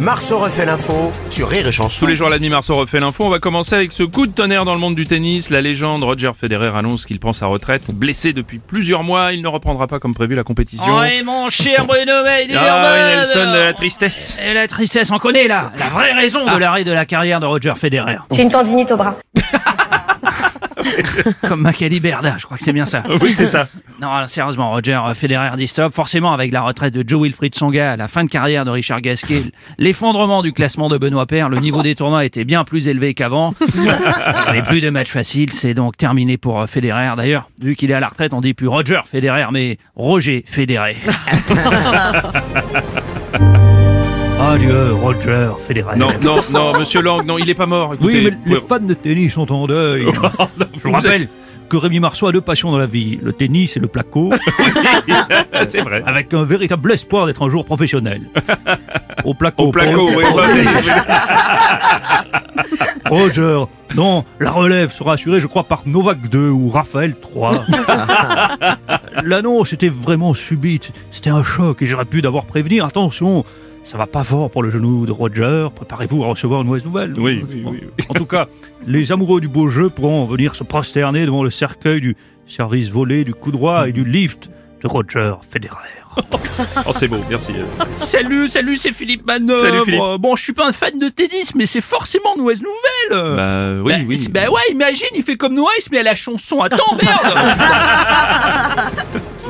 Marceau refait l'info sur Rire et Chanson. Tous les jours à la nuit, Marceau refait l'info. On va commencer avec ce coup de tonnerre dans le monde du tennis. La légende Roger Federer annonce qu'il prend sa retraite. Blessé depuis plusieurs mois, il ne reprendra pas comme prévu la compétition. Oui, Oh, mon cher Bruno Maidi, Ah oui, Herman, Nelson de euh, la tristesse. Et la tristesse, on connaît là, la vraie raison de l'arrêt de la carrière de Roger Federer. J'ai une tendinite au bras. Comme Macali Berda, je crois que c'est bien ça. Oui, c'est ça. Non, alors, sérieusement, Roger euh, Federer dit stop. Forcément, avec la retraite de Joe Wilfried Songa, la fin de carrière de Richard Gasquet, l'effondrement du classement de Benoît Paire, le niveau des tournois était bien plus élevé qu'avant. Il n'y avait plus de matchs faciles, c'est donc terminé pour euh, Federer. D'ailleurs, vu qu'il est à la retraite, on dit plus Roger Federer, mais Roger Federer. Adieu, Roger Federer. Non, non, non, monsieur Lang, non, il est pas mort. Écoutez, Oui, mais les vous- fans de tennis sont en deuil. Je vous rappelle que Rémi Marceau a deux passions dans la vie, le tennis et le placo, c'est vrai. avec un véritable espoir d'être un jour professionnel. Au placo. Au placo, pour- oui, bah, Roger, non, la relève sera assurée, je crois, par Novak 2 ou Raphaël 3. L'annonce était vraiment subite, c'était un choc et j'aurais pu d'abord prévenir, attention, ça va pas fort pour le genou de Roger, préparez-vous à recevoir une mauvaise nouvelle. Oui, oui, oui, oui. En tout cas, les amoureux du beau jeu pourront venir se prosterner devant le cercueil du service volé, du coup droit et du lift de Roger Federer. Oh, c'est beau, merci. Salut, salut, c'est Philippe Manœuvre. Salut, Philippe. Euh, Bon, je suis pas un fan de tennis, mais c'est forcément une mauvaise nouvelle. Bah, oui, Bah, oui. c'est- Bah ouais, imagine, il fait comme nous, il se met à la chanson. Attends, merde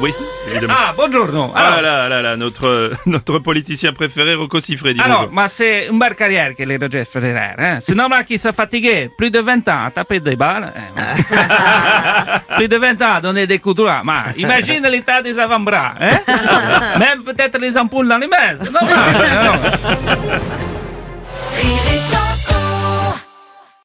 Oui, évidemment. Ah, bonjour, non. Ah là là là, notre, euh, notre politicien préféré, Rocco Siffredi. Alors, bonjour. bah, c'est une belle carrière que les Roger Federer. hein. C'est normal qu'ils soient fatigués. Plus de 20 ans à taper des balles. Euh, Plus de 20 ans à donner des coups droits. Bah, imagine eh? l'état des avant-bras. hein. Même peut-être les ampoules dans les mains. C'est normal. hein.